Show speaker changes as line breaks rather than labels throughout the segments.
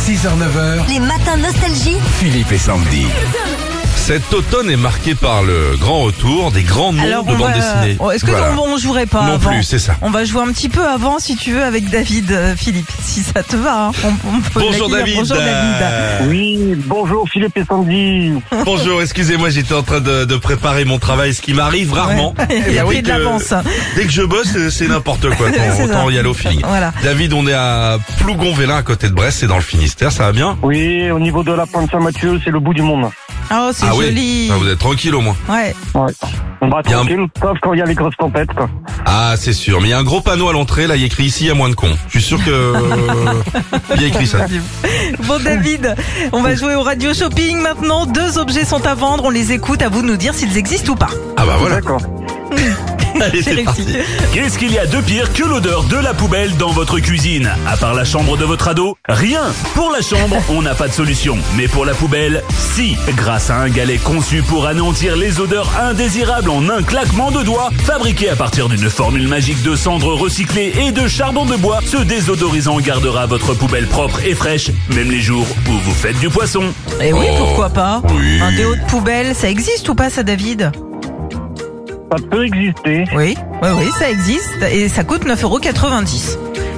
6h-9h,
Les matins nostalgie.
Philippe et Sandy.
Cet automne est marqué par le grand retour des grands noms
Alors,
de
on
bandes
va-
dessinées.
oh, Est-ce que
Voilà.
on, on jouerait pas
Non
avant
plus, c'est ça.
On va jouer un petit peu avant, si tu veux, avec David, euh, Philippe, si ça te va. hein. On- on peut
Bonjour
l'accueillir.
David.
Bonjour David.
Euh,
Oui, bonjour Philippe et Sandy.
Bonjour, excusez-moi, j'étais en train de, de préparer mon travail, ce qui m'arrive rarement.
Il y a
Et
pris
dès
de
que-
l'avance.
Dès que je bosse, c'est- c'est n'importe quoi. Autant,
C'est
autant
ça.
y aller au feeling.
Voilà.
David, on est à Plougonvélin, à côté de Brest, c'est dans le Finistère, ça va bien
Oui, au niveau de la pente Saint-Mathieu, c'est le bout du monde.
Oh, c'est
Ah oui,
joli.
Ah, vous êtes tranquille au moins.
Ouais.
Ouais. On va
Bien.
tranquille, sauf quand il y a les grosses tempêtes. Quoi.
Ah, c'est sûr. Mais il y a un gros panneau à l'entrée, là, il y a écrit ici, il y a moins de cons. Je suis sûr que... euh, Il y a écrit ça.
Bon David, on va jouer au radio shopping maintenant. Deux objets sont à vendre. On les écoute. À vous de nous dire s'ils existent ou pas.
Ah bah voilà.
D'accord.
Allez, c'est
Alexis.
parti.
Qu'est-ce qu'il y a de pire que l'odeur de la poubelle dans votre cuisine À part la chambre de votre ado Rien Pour la chambre, on n'a pas de solution. Mais pour la poubelle, si Grâce à un galet conçu pour anéantir les odeurs indésirables en un claquement de doigts, fabriqué à partir d'une formule magique de cendres recyclées et de charbon de bois, ce désodorisant gardera votre poubelle propre et fraîche, même les jours où vous faites du poisson.
Et Eh oui,
Oh,
pourquoi pas.
oui.
Un déo de poubelle, ça existe ou pas ça David
Ça peut exister.
Oui, oui, oui, ça existe et ça coûte 9,90€.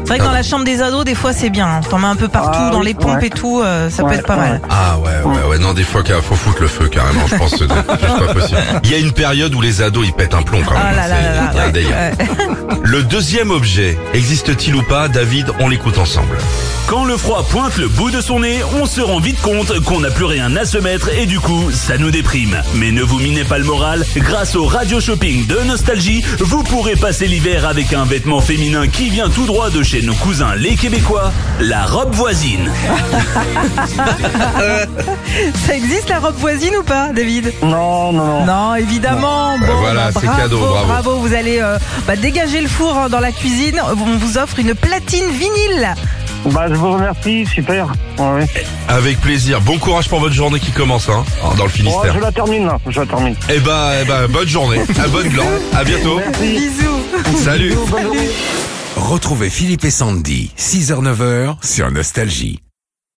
C'est vrai que dans la chambre des ados, des fois, c'est bien. hein. T'en mets un peu partout,
Ah,
dans
oui,
les pompes
ouais.
et tout, euh, ça peut
Ouais,
être pas
ouais.
mal.
Ah ouais, ouais, ouais. Non, des fois, qu'il faut foutre le feu carrément, je pense. C'est juste pas possible. Il y a une période où les ados, ils pètent un plomb quand même.
Ah là là
C'est-
là
il y a
là,
un délire.
ouais.
Le deuxième objet, existe-t-il ou pas David, on l'écoute ensemble.
Quand le froid pointe le bout de son nez, on se rend vite compte qu'on n'a plus rien à se mettre et du coup, ça nous déprime. Mais ne vous minez pas le moral, grâce au radio shopping de Nostalgie, vous pourrez passer l'hiver avec un vêtement féminin qui vient tout droit de chez nos cousins les Québécois, la robe voisine.
Ça existe la robe voisine ou pas, David
Non, non, non.
Non, évidemment.
Bah
Bon,
voilà,
bah,
c'est cadeau, bravo.
Vous allez euh, bah, dégager le four hein, dans la cuisine. On vous offre une platine vinyle.
Bah, je vous remercie, super. Ouais, ouais.
Avec plaisir. Bon courage pour votre journée qui commence, hein, dans le
Bon,
Finistère.
je la termine là, je la termine.
Eh bah, eh bah, bonne journée. À bonne glande. À bientôt.
Merci.
Bisous.
Salut.
Bonne journée.
Retrouvez Philippe et Sandy, 6h-9h, sur Nostalgie.